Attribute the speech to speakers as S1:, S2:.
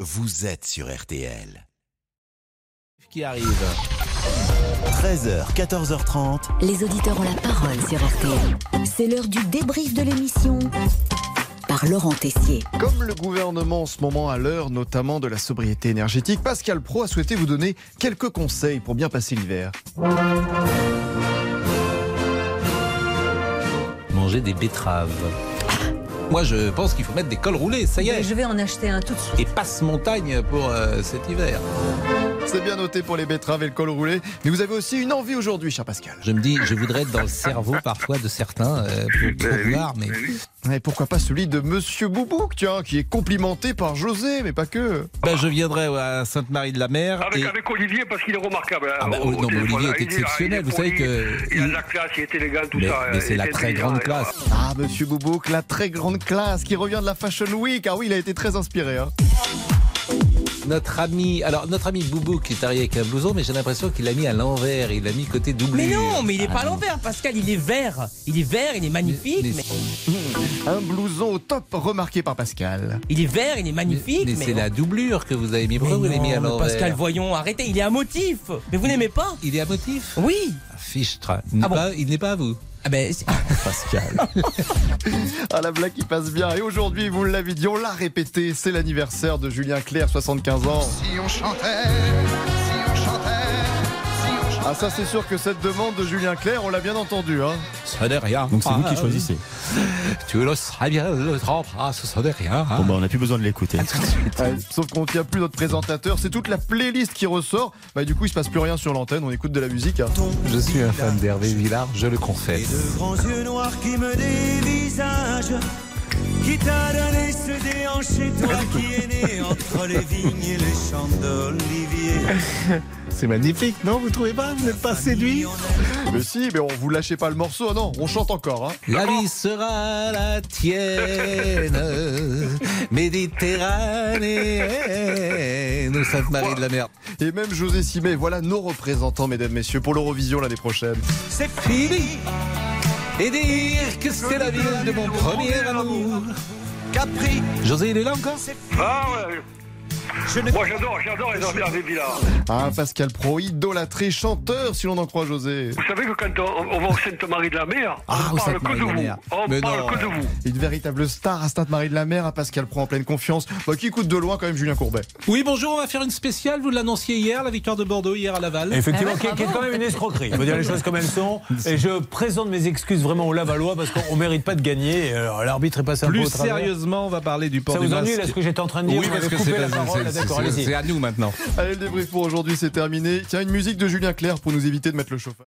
S1: vous êtes sur RTL.
S2: qui arrive.
S1: 13h, 14h30.
S3: Les auditeurs ont la parole sur RTL. C'est l'heure du débrief de l'émission par Laurent Tessier.
S4: Comme le gouvernement en ce moment à l'heure, notamment de la sobriété énergétique, Pascal Pro a souhaité vous donner quelques conseils pour bien passer l'hiver.
S2: Manger des betteraves. Ah Moi, je pense qu'il faut mettre des cols roulés, ça y est.
S5: Je vais en acheter un tout de suite.
S2: Et passe-montagne pour euh, cet hiver.
S4: C'est bien noté pour les betteraves et le col roulé, mais vous avez aussi une envie aujourd'hui, cher Pascal.
S2: Je me dis, je voudrais être dans le cerveau parfois de certains euh, pour,
S6: Ben
S2: pour voir, mais
S4: Et pourquoi pas celui de Monsieur Boubouk, tiens, qui est complimenté par José, mais pas que.
S2: Ben, je viendrai ouais, à Sainte-Marie-de-la-Mer.
S6: Avec,
S2: Et...
S6: avec Olivier, parce qu'il est remarquable. hein,
S2: Ah bah,
S6: au-
S2: non,
S6: au
S2: mais
S6: téléphone.
S2: Olivier est
S6: Il il
S2: exceptionnel. Vous savez que-
S6: Il a de la classe, il est élégant, tout
S2: Mais,
S6: ça. hein,
S2: mais
S6: il
S2: c'est la
S6: est
S2: très
S6: intelligent,
S2: grande
S6: et-
S2: classe.
S4: Ah, Monsieur Boubouk, la très grande classe qui revient de la Fashion Week. Ah oui, il a été très inspiré. hein.
S2: Notre ami, alors notre ami Boubou qui est arrivé avec un blouson, mais j'ai l'impression qu'il l'a mis à l'envers. Il l'a mis côté doublure.
S7: Mais non, mais il est
S2: Ah
S7: pas à
S2: non.
S7: l'envers, Pascal, il est vert. Il est vert, il est magnifique.
S2: Mais-
S7: Mais,
S2: mais-
S4: Un blouson au top remarqué par Pascal.
S7: Il est vert, il est magnifique.
S2: Mais, c'est la doublure que vous avez mis. Pourquoi vous l'avez
S7: non,
S2: mis à
S7: mais
S2: l'envers
S7: Pascal, voyons, arrêtez, il est à motif. Mais vous n'aimez pas
S2: Il est à motif
S7: Oui.
S2: Fichtre. Il n'est
S7: Ah bon
S2: pas- il n'est pas à vous.
S7: Ah ben, c'est-
S2: Pascal.
S4: Ah, la blague qui passe bien. Et aujourd'hui, vous l'avez dit, on l'a répété, c'est l'anniversaire de Julien Clerc, 75 ans.
S8: Si on chantait, si on chantait, si on chantait.
S4: Ah ça c'est sûr que cette demande de Julien Clerc, on l'a bien entendu. Hein.
S2: Ça n'est rien. Donc c'est vous qui choisissez. Tu le sais bien, le temps passe, ça n'est rien. hein.
S1: on n'a plus besoin de l'écouter.
S4: Ouais, sauf qu'on ne tient plus notre présentateur, c'est toute la playlist qui ressort. Bah du coup il se passe plus rien sur l'antenne, on écoute de la musique. hein.
S2: Je suis un fan d'Hervé Villard, je le confesse.
S9: De grands yeux noirs qui me dévisagent, qui t'a donné ce déhanché, toi qui es né entre les vignes et les champs d'olivier.
S2: C'est magnifique, non Vous trouvez pas Vous n'êtes pas séduit
S4: Mais si, mais on vous lâchez pas le morceau, non, on chante encore. Hein.
S2: La vie sera la tienne, méditerranéenne, ou Sainte-Marie de la Mer.
S4: Et même José Simet, voilà nos représentants mesdames, messieurs, pour l'Eurovision l'année prochaine.
S9: C'est
S2: Fini Et dire que c'est la ville de mon premier amour.
S9: Capri,
S2: José, il est là encore
S6: Ah ouais.
S9: je ne
S6: Moi j'adore, j'adore les envers des villas.
S4: Ah Pascal Pro, idolâtré, chanteur si l'on en croit José.
S6: Vous savez que quand on, on va au Sainte-Marie-de-la-Mer,
S2: Ah,
S6: on
S2: au
S6: parle que de
S2: Sainte-Marie-de-la-Mer.
S6: vous. On
S2: Mais
S6: parle
S2: non.
S6: que de vous.
S4: Une véritable star à Sainte-Marie-de-la-Mer, à Pascal Pro en pleine confiance, bah, qui écoute de loin quand même Julien Courbet.
S2: Oui, bonjour, on va faire une spéciale. Vous l'annonciez hier, la victoire de Bordeaux hier à Laval.
S5: Ah
S10: Effectivement,
S5: ouais,
S10: qui, est- qui est
S5: bravo.
S10: quand même une escroquerie. Il faut dire les choses comme elles sont. Et je présente mes excuses vraiment aux Lavallois parce qu'on ne mérite pas de gagner. Et, euh, L'arbitre est passé un peu
S2: Plus
S10: au travers.
S2: sérieusement, on va parler du port
S10: Ça
S2: du
S10: vous ennuie
S2: masque.
S10: là ce que j'étais en train de dire
S2: oui,
S10: Vous
S2: parce
S10: m'avez
S2: que
S10: coupé
S2: c'est
S10: la
S2: c'est-
S10: parole. là,
S2: c'est-
S10: D'accord,
S2: c'est-
S10: allez-y.
S2: c'est à nous maintenant.
S4: Allez le débrief pour aujourd'hui c'est terminé. Tiens une musique de Julien Clerc pour nous éviter de mettre le chauffeur.